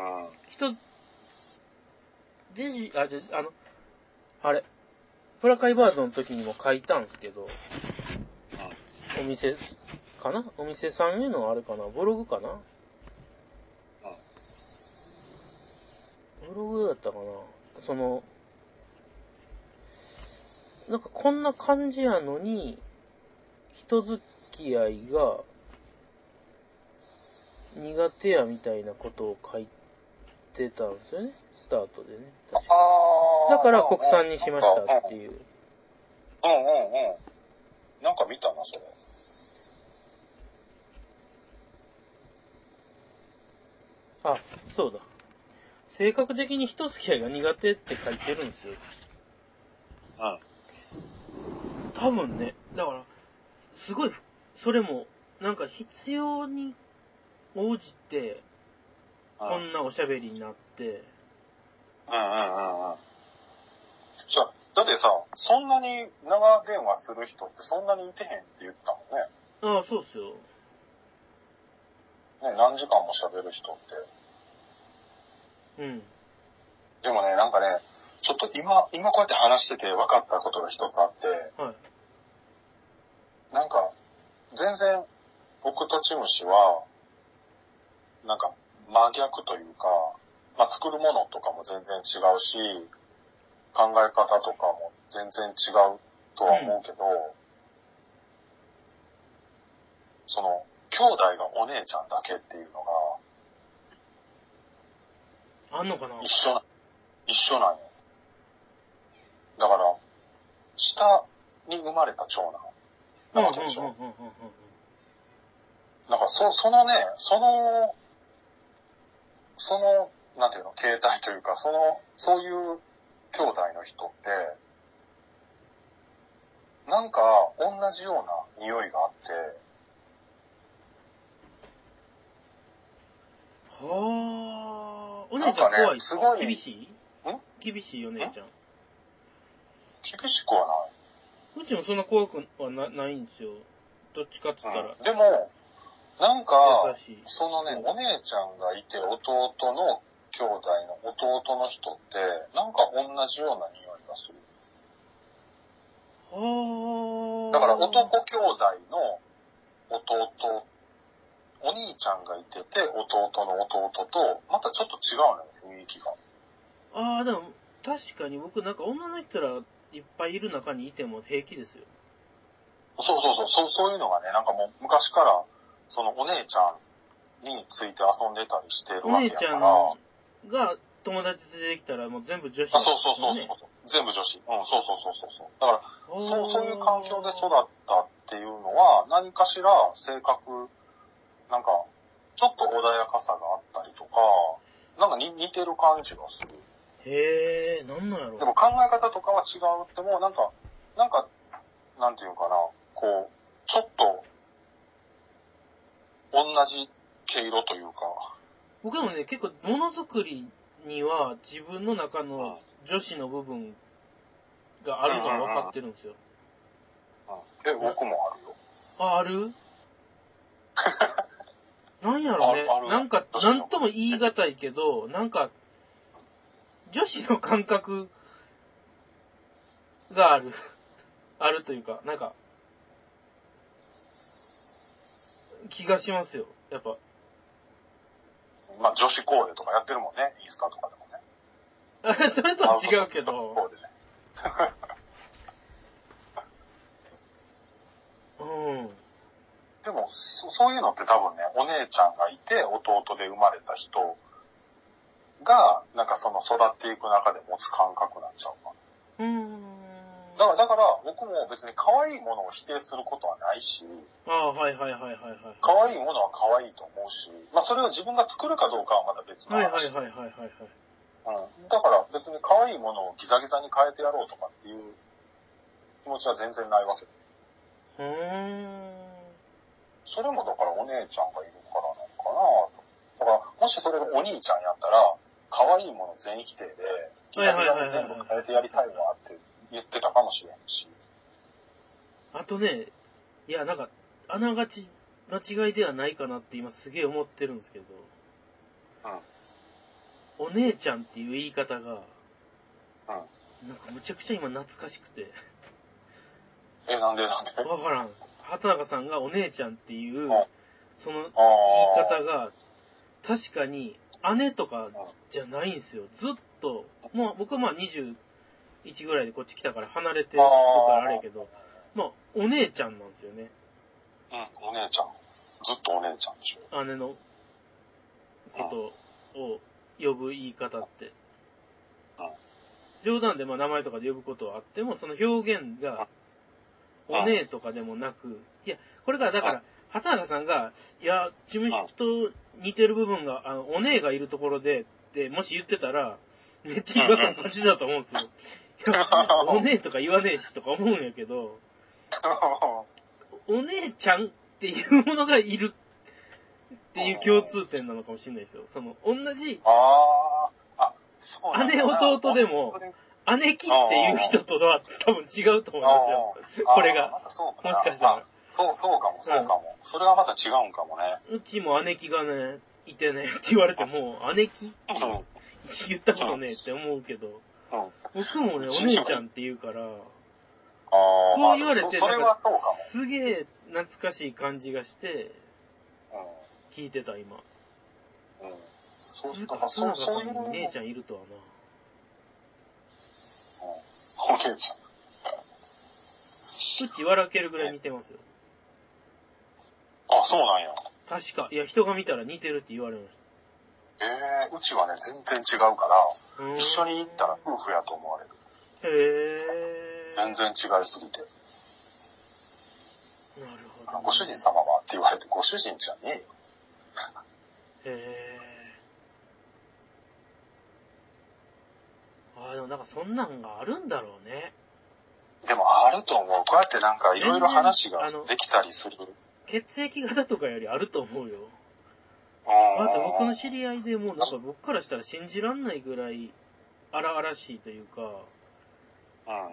ん。人、デジ、あ、で、あの、あれ、プラカイバードの時にも書いたんですけど、お店かなお店さんへのあれかなブログかなブログだったかなその、なんかこんな感じやのに、人付き合いが苦手やみたいなことを書いてたんですよね。スタートでね。確かあだから国産にしましたってう。いう。うんうんうん。なんか見たな、それ。あ、そうだ。性格的に人付き合いが苦手って書いてるんですよ。うん。多分ね、だから、すごい、それも、なんか必要に応じて、こうんんなおしゃべりになって、うんうんうんうん。じゃあだってさ、そんなに長電話する人ってそんなにいてへんって言ったもんね。ああ、そうっすよ。ね、何時間も喋る人って。うん。でもね、なんかね、ちょっと今、今こうやって話してて分かったことが一つあって、はい。なんか、全然、僕とチムシは、なんか、真逆というか、まあ、作るものとかも全然違うし、考え方とかも全然違うとは思うけど、その、兄弟がお姉ちゃんだけっていうのが、あんのかな一緒な、一緒なんよ。だから、下に生まれた長う男んなうんわけでしょ。うんうんうんだからそ、そのね、その、その、なんていうの、形態というか、その、そういう兄弟の人って、なんか、同じような匂いがあって、はあ。お姉ちゃん怖いっすなんかかねすごい厳しい厳しいお姉ちゃん。厳しくはなうちもそんな怖くはなないんですよ。どっちかっつったい。らうん、でも、なんか、優しい。そのね、お姉ちゃんがいて弟の兄弟の弟の人って、なんか同じような匂いがする。はあ。だから男兄弟の弟、お兄ちゃんがいてて、弟の弟と、またちょっと違うのよ、雰囲気が。ああ、でも、確かに僕、なんか女の人らいっぱいいる中にいても平気ですよ。そうそうそう、そうそういうのがね、なんかもう昔から、そのお姉ちゃんについて遊んでたりしてるおわけ姉やちかゃんら。が友達連れてきたらもう全部女子あそうそうそうそう、ですよね全部女子。うん、そうそうそうそうそう。だから、そう、そういう環境で育あったっていうのは、何かしら性格、なんか、ちょっと穏やかさがあったりとか、なんかに似てる感じがする。ーへえ、なんなんやろでも考え方とかは違うっても、なんか、なんか、なんていうかな、こう、ちょっと、同じ毛色というか、僕でもね、結構、ものづくりには自分の中の女子の部分があるのは分かってるんですよ。うん、え、僕もあるよ。あ、あ [laughs] るなんやろねああ。るなんか、女子なのんとも言い難いけど、なんか、女子の感覚がある。 [laughs] あるというか、なんか、気がしますよ。やっぱ。 [laughs] まあ、女子コーデとかやってるもんね、インスタとかでもね。あそれとは違うけど。コーデね。うん。でもそ、そういうのって多分ね、お姉ちゃんがいて、弟で生まれた人が、なんかその育っていく中で持つ感覚なんちゃうかうーん。な。だから、だから僕も別に可愛いものを否定することはないし、ああ、はいはいはいはいはい。可愛いものは可愛いと思うし、まあそれを自分が作るかどうかはまた別のはい話。はいはいはいはいはい。うん、だから別に可愛いものをギザギザに変えてやろうとかっていう気持ちは全然ないわけ。うーん。それもだからお姉ちゃんがいるからなのかなとだから、もしそれがお兄ちゃんやったら、可愛いもの全否定で、ギザギザに全部変えてやりたいわって言ってたかもしれんし。あとね、いや、なんか、あながち間違いではないかなって今すげえ思ってるんですけど、お姉ちゃんっていう言い方が、なんかむちゃくちゃ今懐かしくて、え、なんでなんであわからんです。畑中さんがお姉ちゃんっていうはい、その言いあ方が、確かに姉とかじゃないんですよ。ずっと、もう僕はまあ21ぐらいでこっち来たから離れてるからあれやけど、まあお姉ちゃんなんですよね。ー。うん、お姉ちゃん。ずっとお姉ちゃんでしょ。姉のことを呼ぶ言い方ってうん。冗談でまあ名前とかで呼ぶことはあっても、その表現が、うんお姉とかでもなく、いや、これからだかうら、畑中さんが、いや、事務所と似てる部分が、あの、お姉がいるところで、って、もし言ってたら、めっちゃ違和感感じだと思うんですよ。いや、お姉とか言わねえしとか思うんやけど、お姉ちゃんっていうものがいる [laughs] っていう共通点なのかもしれないですよ。その、同じあーあ、そうなんだ姉弟でも姉貴っていう人とは [laughs] 多分違うと思いますよ。あーこれが。なんかそうかなもしかしたらあそう、そうかも、そうかも。それはまた違うんかもね。うちも姉貴がね、いてね、って言われても、姉貴って言ったことねえって思うけど、うん。うん。僕もね、お姉ちゃんって言うから、あーそう言われて、まあなそそんれかはそうかも、すげえ懐かしい感じがして、聞いてた今。うん。うん。そう、鈴だか鹿松らそ永う、そうさいんう。に姉ちゃん。ゃんいるとはな。お姉ちゃん。うち笑けるぐらい似てますよ。あ、そうなんや。確か。いや、人が見たら似てるって言われましええうちはね、全然違うかた。うーんら、一緒に行ったら夫婦やと思われる。へえ。全然違いすぎて。から、ご主人様はって言われて、ご主人じゃねえよ。へー。あーでもなんかそんなんがあるんだろうね。でもあると思う。こうやってなんかいろいろ話全然あがのできたりする。うん。血液型とかよりあると思うよ。あと僕のあ知り合いでもうなんか僕からしたら信じらんないぐらい荒々しいというか、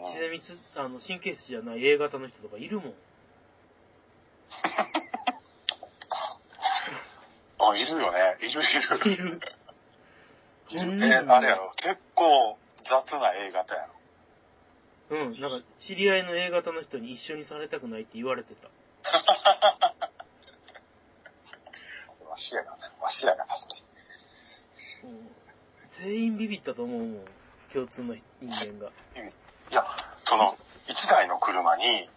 ちなみにつあの神経質じゃない A 型の人とかいるもん。あ、いるよね。いる [laughs] いる。いる。いうんるえ、あれやろ。結構雑な映画だやろ。うん、なんか知り合いの A 型の人に一緒にされたくないって言われてた。わしやがな。わしやがな、それ。うん全員ビビったと思うもん。共通の人間が。いや、その、一台の車に、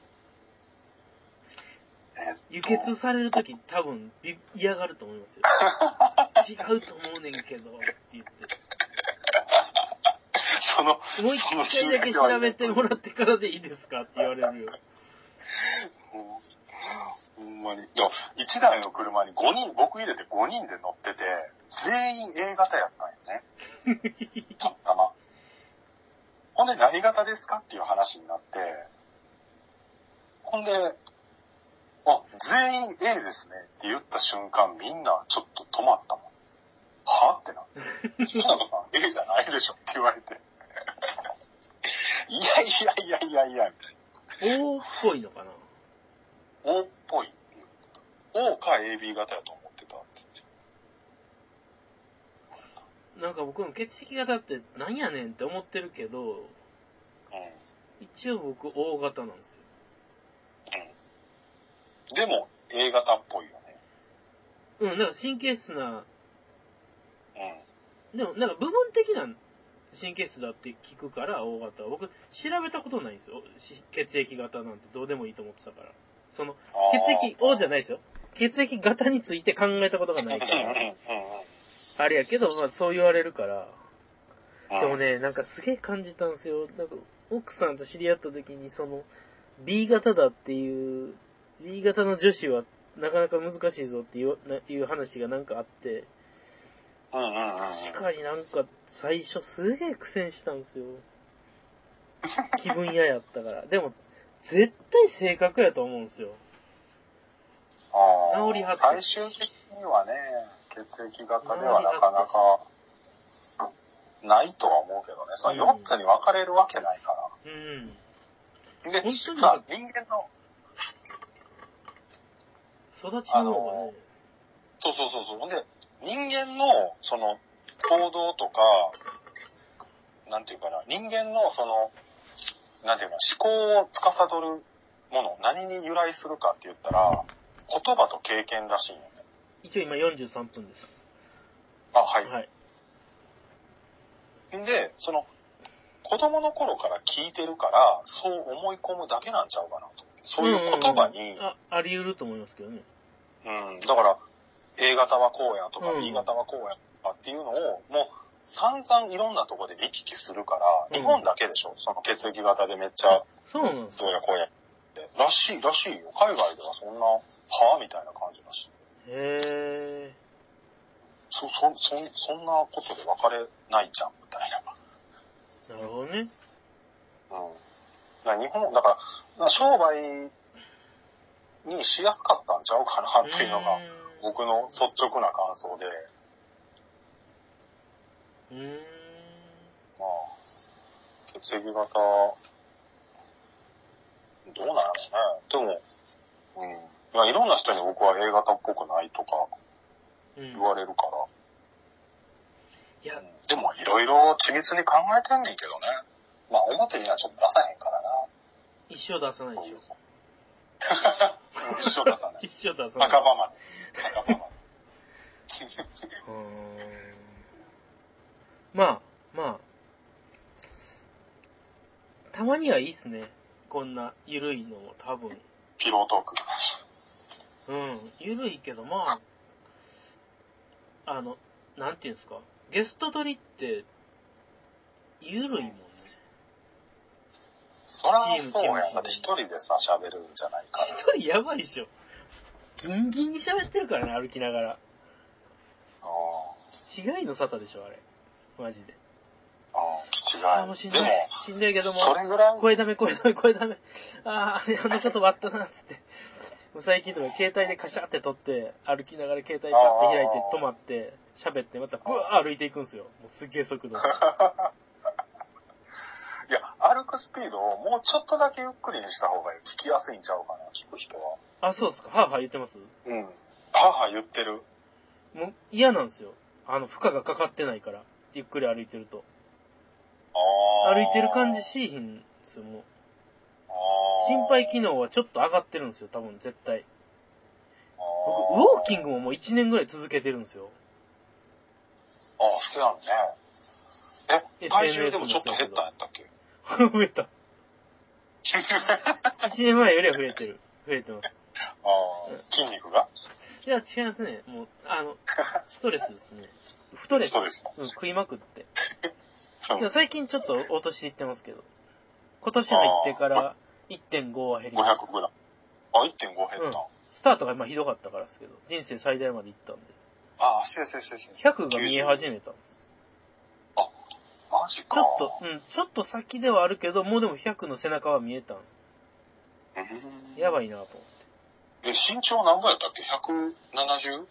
えーっと輸血されるとき多分び嫌がると思いますよ。違うと思うねんけどって言って。その、もう一回だけ調べてもらってからでいいですかって言われるよ。ほんまに。いや、一台の車に5人、僕入れて5人で乗ってて、全員 A 型やったんよね。たまたま。ほんで、何型ですかっていう話になって、ほんで、あ、全員 A ですねって言った瞬間、みんなちょっと止まったもん。はってなって。ひなこさん A じゃないでしょって言われて。いやいやいやいやいや、みたいな。 O っぽいのかな O っぽい。O か AB 型やと思ってたって。なんか僕も血液型ってなんやねんって思ってるけど、う一応僕 O 型なんですよ。ん。でも A 型っぽいようん、なんか神経質な、ね。でもなんか部分的な神経質だって聞くから O 型は。僕調べたことないんですよ。し血液型なんてどうでもいいと思ってたから。その、うん。あー血液 O じゃないですよ。血液型について考えたことがないかうんうんうん [laughs] ら。あれやけど、まあそう言われるから。うん。でもね、なんかすげえ感じたんですよ。なんか、奥さんと知り合った時に、その、B 型だっていう、B 型の女子はなかなか難しいぞっていうないう話がなんかあって、うんうんうんうん。確かになんか最初すげえ苦戦したんですよ。気分嫌やったから。でも、絶対性格やと思うんですよ。あー治りはって最終的にはね、血液型ではなかなか、ないとは思うけどね。その4つに分かれるわけないから。うん。で本当、にさ、人間の、育ちの方がね。そうそうそうそう。ほんで、人間の、その、行動とか、なんていうかな、人間の、その、なんていうか、思考を司るもの、何に由来するかって言ったら、言葉と経験らしいよね。一応今43分です。あ、はい。はい。で、その、子供の頃から聞いてるから、そう思い込むだけなんちゃうかなと。そういう言葉に、んうんうんあ、あり得ると思いますけどね。うん、だから、A 型はこうやとか、うん B 型はこうやとかっていうのを、もう、散々いろんなとこで行き来するから、うん日本だけでしょその血液型でめっちゃ、そうなんですどうやこうやって。らしい、らしいよ。海外ではそんな、はぁみたいな感じだしい。へそ、そ、そん、そんなことで別れないじゃん、みたいな。ー。なるほどね。うん。だから日本、だから、だから商売にしやすかったんちゃうかなっていうのが、僕の率直な感想で。うーん。うーん。まあ、血液型、どうなんやろうね。でも、うん。まあ、いろんな人に僕は A 型っぽくないとかうん、言われるから。いや、でも、いろいろ緻密に考えてんねんけどね。まあ、表にはちょっと出さへんからな。一生出さないでしょ。 [laughs] 一緒出さない。一生出さない。半ばまで。半ばまで。うーん。まあ、まあ。たまにはいいっすね。こんな、ゆるいのも多分。ピロートーク。うん。ゆるいけど、まあ、あの、なんていうんですか。ゲスト撮りって、ゆるいもんね。そらそうやん。だって一人でさ、喋るんじゃないか一人やばいでしょ。ギンギンに喋ってるからね、歩きながら。ああ、違いの沙汰でしょ、あれ。マジで。ああ、気違い。ああ、もうしんどいでも、。しんどいけども。それぐらい、声ダメ、声ダメ、声ダメ。ああ、あれ、あの言葉あったな、つって。もう最近とか携帯でカシャって撮って、歩きながら携帯パッて開いてあー止まって、喋って、またブワー歩いていくんすよ。もうすっげえ速度で。いや、歩くスピードをもうちょっとだけゆっくりにした方が聞きやすいんちゃうかな、聞く人は。あ、そうっすか。はぁはぁ言ってますうん。母言ってる。もう嫌なんですよ。あの、負荷がかかってないから。ゆっくり歩いてると。ああ。歩いてる感じしーひんですよ、もう。あー心配機能はちょっと上がってるんですよ、多分絶対。僕、ウォーキングももう1年ぐらい続けてるんですよ。ああ、そうやんね。え、体重でもちょっと減ったんやったっ [laughs] け増えた。1年前よりは増えてる。増えてます。ああ、筋肉がいや、違いますね。もう、あ [laughs] の、ストレスですね。太れそたう。ですか。うん、食いまくって。うでもん最近ちょっと落としていってますけど。今年入ってから1.5は減りまし500グラム。あ、1.5減った。うんた。スタートがまあひどかったからですけど、人生最大まで行ったんで。ああ、せいせいせいせい。 100が見え始めたんです。マジか。ちょっと、うん、ちょっと先ではあるけど、もうでも100の背中は見えたん。うん。やばいなと思って。え、身長何ぼやったっけ ?170?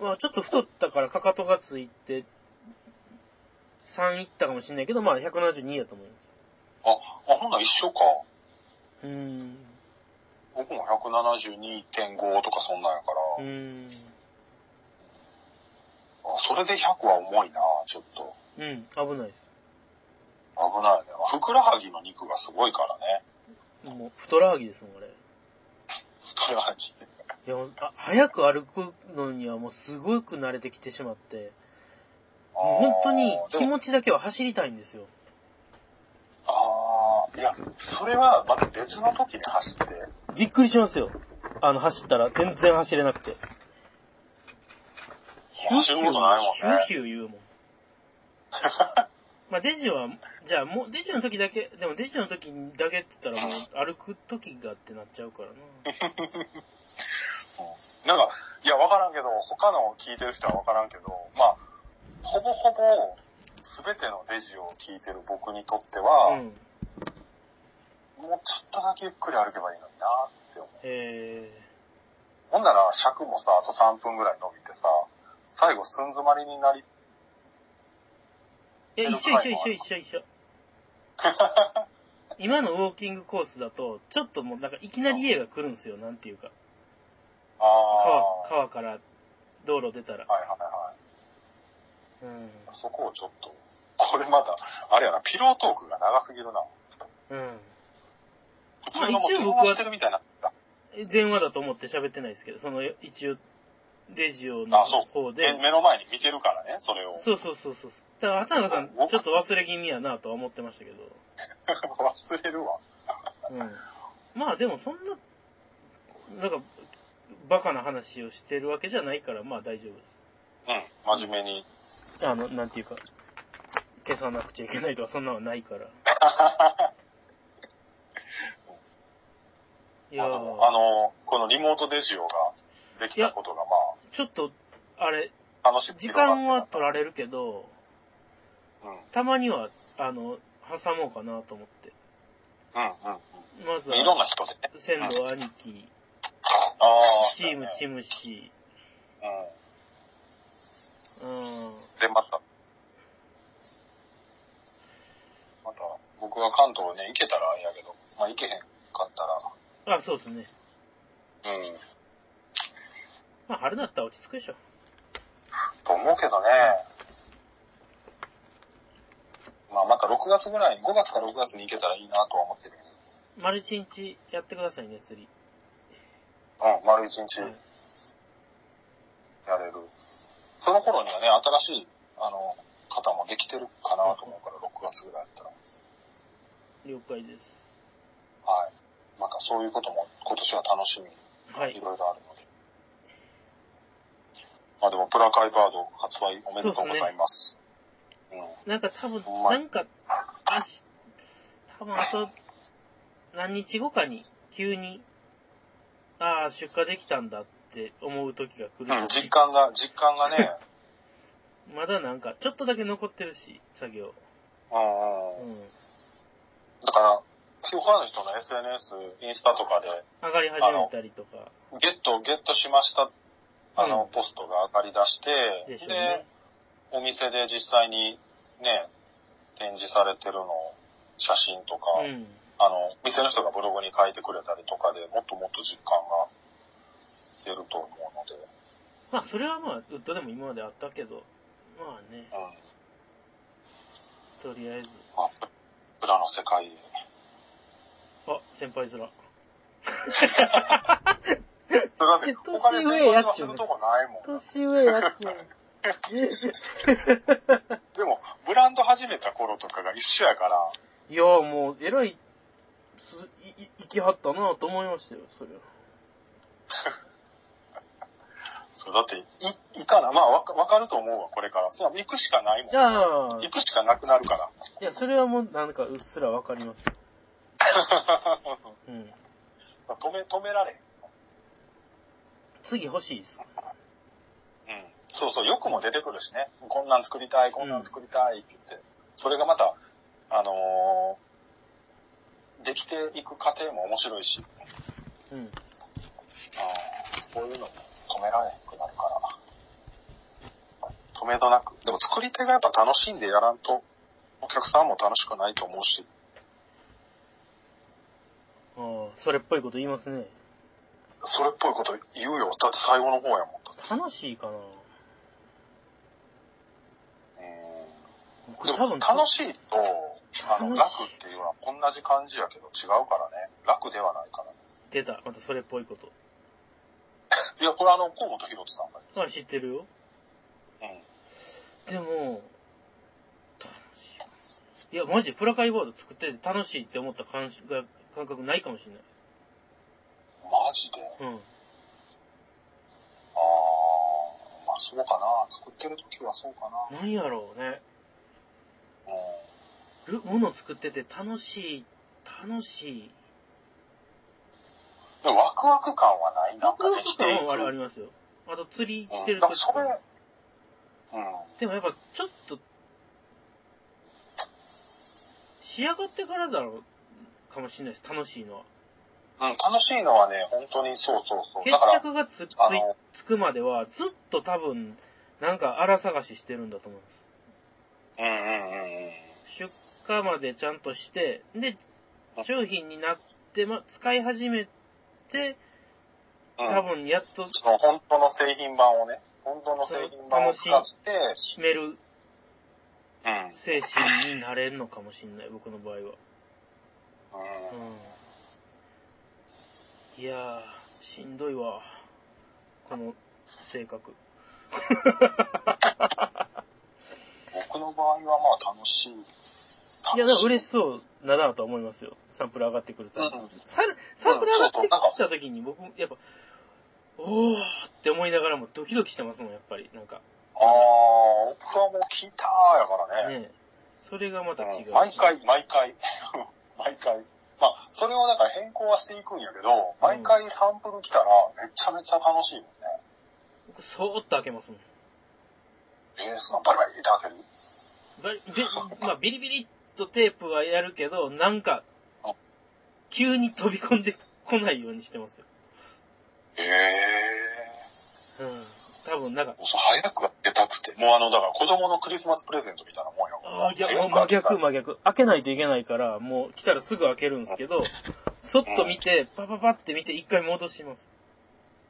まあちょっと太ったからかかとがついて、3いったかもしれないけど、まあ172やと思いまあ、あ、ほんなら一緒か。す。うーん。僕も172.5とかそんなんやかうーら、ん。あそれで100は重いな、ちょっと。うん、危ないです。危ないね。ふくらはぎの肉がすごいからね。もう、太らはぎですもん、俺。いふくらはぎ。や、もうあ早く歩くのにはもうすごく慣れてきてしまって、もう本当にあー気持ちだけは走りたいんですよ。ああ、いや、それはまた別の時に走って、 [laughs] びっくりしますよ。あの、走ったら全然走れなくて。ヒューヒ走ュるー、ことないもんねヒューヒュー言うもん。まあ、デジは、じゃあもう、デジの時だけ、でもデジの時だけって言ったらもう、歩く時がってなっちゃうからな。なんか、いや、わからんけど、他の聞いてる人はわからんけど、まあ、ほぼほぼ、すべてのデジを聞いてる僕にとっては、うん。もうちょっとだけゆっくり歩けばいいのになって思う。えほんなら尺もさ、あと3分ぐらい伸びてさ、最後寸詰まりになり、ー。いや、一緒一緒一緒一緒一緒。今のウォーキングコースだと、ちょっともうなんかいきなり家が来るんですよ、なんていうか。ああ、川は、川から道路出たらい。はいはうん。い。そこをちょっと、これまだ、あれやな、ピロートークが長すぎるな。うん。普通のもう一応電僕は話してるみたいな。電話だと思って喋ってないですけど、その一応、デジオのあそう方で。で目の前に見てるからね、それを。そうそうそうそう。だから、畑中さん、僕ちょっと忘れ気味やなとは思ってましたけど。 [laughs] 忘れるわ。うん。まあでもそんな、なんか、バカな話をしてるわけじゃないから、まあ大丈夫でうん、真面目に。す。あの、なんていうか、消さなくちゃいけないとか、そんなのはないから。いあやのー、あの、このリモートデジオができたことが、まちょっと、あれ、あ、楽しく時広がって間は取られるけど、うん、うん、たまには、あの、挟もうかなと思って。うまずん。いろんは、な人でね。仙道兄貴、ああ、チームそうチムシ、やねうん。うん。で、また、また、僕は関東ね、行けたらあれやけど、まあ行けへんかったら、あ、そうですね。うん、まあ、春だったら落ち着くでしょ。と思うけどね。まあまた6月ぐらい、5月か6月に行けたらいいなとは思ってるけ丸一日やってくださいね、釣り。ど。うん、丸一日。はいやれる。その頃にはね、新しい、あの、方もできてるかなと思うから、6月ぐらいだったら。了解です。はい。またそういうことも今年は楽しみ、はいい。ろいろあるので。まあでも、プラカイバード発売おめでとうございます。うん。なんか多分、ほんまなにんか、あし、多分あと、何日後かに、急に、ああ、出荷できたんだって思う時が来るうん、実感が、実感 [laughs] がね、まだなんか、ちょっとだけ残ってるし、作業。ううん。ん。だから、ファーの人の SNS、インスタとかで、上がり始めたりとか。ゲット、ゲットしました、あの、うんポストが上がり出して、でしょうね。お店で実際にね、展示されてるのを写真とか、うん。あの、店の人がブログに書いてくれたりとかでもっともっと実感が出ると思うので、まあ、それはまあ、ウッドでも今まであったけど、まあね、うん。とりあえず。まあ、プラの世界へ。あ、先輩面。だって、お金年全上や部っちすゅうるねとこないもん。年上やっけ。 [laughs] でも、ブランド始めた頃とかが一緒やから、いや、もう、えらい、す、い、い、生きはったなと思いましたよ、それは。そう、だって、い、いかな、まあ、わかわかると思うわ、これから。そう、行くしかないもんじ。ゃあ、行くしかなくなるから。 [laughs] いや、それはもう、なんか、うっすらわかります。うん。止め、止められへん。次欲しいです。うんそうそう、よくも出てくるしね。こんなん作りたい、こんなん作りたいって言って。それがまた、あのーできていく過程も面白いし、うん。あーそういうのも止められなくなるから。止めどなく。でも作り手がやっぱ楽しんでやらんと、お客さんも楽しくないと思うし、ああ、それっぽいこと言いますね。それっぽいこと言うよ。だって最後の方やもん。楽しいかな僕で多も分、楽しいと、あの、楽しい楽っていうのは同じ感じやけど違うからね。楽ではないから。出た。またそれっぽいこと。いや、これあの、河本博人さんがあ、知ってるよ。言ってでも、楽しい。いや、マジでプラカイボード作ってて楽しいって思った感しが感覚ないかもしれない。うん。マジでうん。ああ、まあそうかな。作ってる時はそうかな。なんやろうね。うるもの作ってて楽しい、楽しい。ん。でもワクワク感はない。なんかできていく。あるありますよ。あと釣りしてうんるだ時からとそかれ、もうん。でもやっぱちょっと、仕上がってからだろうかもしれないです。楽しいのは。うん、楽しいのはね、本当にそうそうそう。決だから、着がつついあのつくまでは、ずっと多分、なんか荒探ししてるんだと思います。うんうんうんうん。出荷までちゃんとして、で、商品になって、ま、使い始めて、うん、多分やっとその本当の製品版をね、本当の製品版を使って、決めるうん。精神になれるのかもしれない、僕の場合は。うん。うん。いやー、しんどいわ。この性格。僕の場合はまあ楽しい。いや、でもし嬉しそうだなとは思いますよ。サンプル上がってくると。うんサルサンプル上がってきた時に僕、やっぱ、おーって思いながらもドキドキしてますもん、やっぱり。なんか、ああ、僕はもう聞いたーやからね。ねそれがまた違う。うん毎。回、毎回、 [laughs] 毎回。まあ、それをなんか変更はしていくんやけど、毎回サンプル来たらめちゃめちゃ楽しいもんね。僕、そーっと開けますもん。ベースのバリバリって開ける。ばで、まあ、ビリビリっとテープはやるけど、なんかあ、急に飛び込んでこないようにしてますよ。えうん。多分、なんかえ、そう早く開けたくて。もうあの、だから子供のクリスマスプレゼントみたいなもんやああ、いや、早もうく開真けたい逆、真逆。開けないといけないから、もう来たらすぐ開けるんですけど、そっと見て、パパパって見て、一回戻します。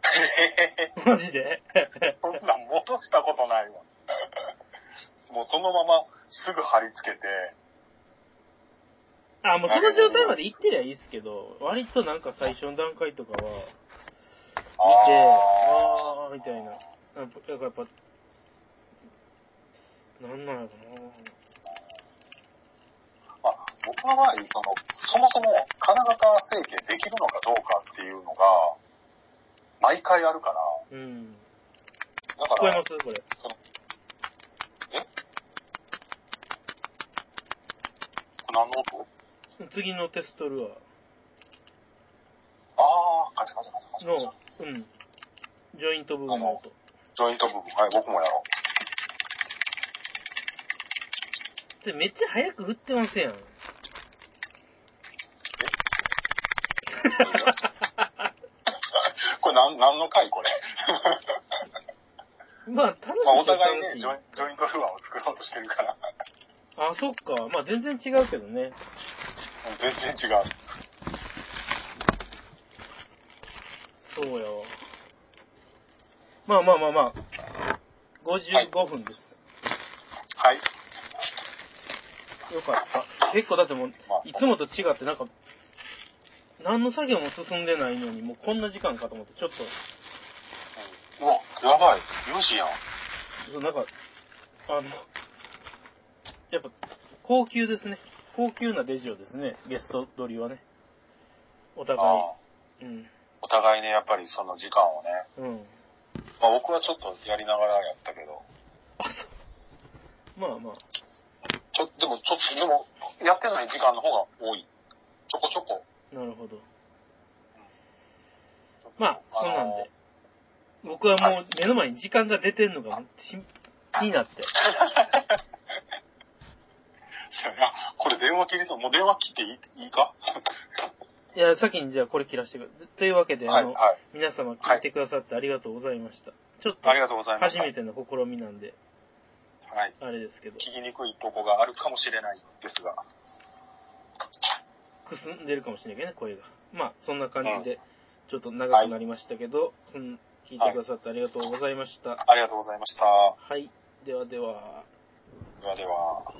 [laughs] マジで [laughs] [laughs] そんなん戻したことないわ。 [laughs] もうそのまますぐ貼り付けて、あ、もうその状態まで行ってりゃいいですけど、割となんか最初の段階とかは、見て、あー、みたいな。なんかやっぱ、なんなんやろまあ、僕の場合、その、そもそも金型整形できるのかどうかっていうのが、毎回あるから、なうん。だ聞こかえら、ますこれ。何の音次のテストルは。あー、カチャカチャカチャカの、うん。ジョイント部分の音。ジョイント部分。はい、僕もやろう。でめっちゃ早く振ってますやん。これなん、何の回これ。まあ、楽しいまあ、っおちゃ互いね楽し、いジョインジョイントフロアを作ろうとしてるから、 [laughs] あ、そっか。まあ、全然違うけどね。全然違う。そうよ。まあまあまあまあ。55分です。はい。よかった。結構だってもうま、あいつもと違ってなんか、何の作業も進んでないのに、もうこんな時間かと思って、ちょっと、うわ、やばい。4時やん。そうなんか、あの、やっぱ、高級ですね。高級なデジオですね。ゲスト撮りはね。お互あーい。うん。お互いね、やっぱりその時間をね。うん。まあ、僕はちょっとやりながらやったけど、あ、そう。まあまあ。ちょ、でも、ちょっと、でも、やってない時間の方が多い。ちょこちょこ。なるほど。まあ、そうなんので。。僕はもう目の前に時間が出てんのがし気になって。そうやなこれ電話切りそう。もう電話切っていいいいかいや、先にじゃあこれ切らしてください。というわけで、はあい、の、はい。皆様聞いてくださってありがとうございました。ちょっとありがとうございまし初た。めての試みなんで、はい。あれですけど、聞きにくいとこがあるかもしれないですが。くすんでるかもしれないけどね、声が。まあ、そんな感じで、ちょっと長くなりましたけど、うん聞いてくださってありがとうございました。ありがとうございました。はい、ではでは。ではでは。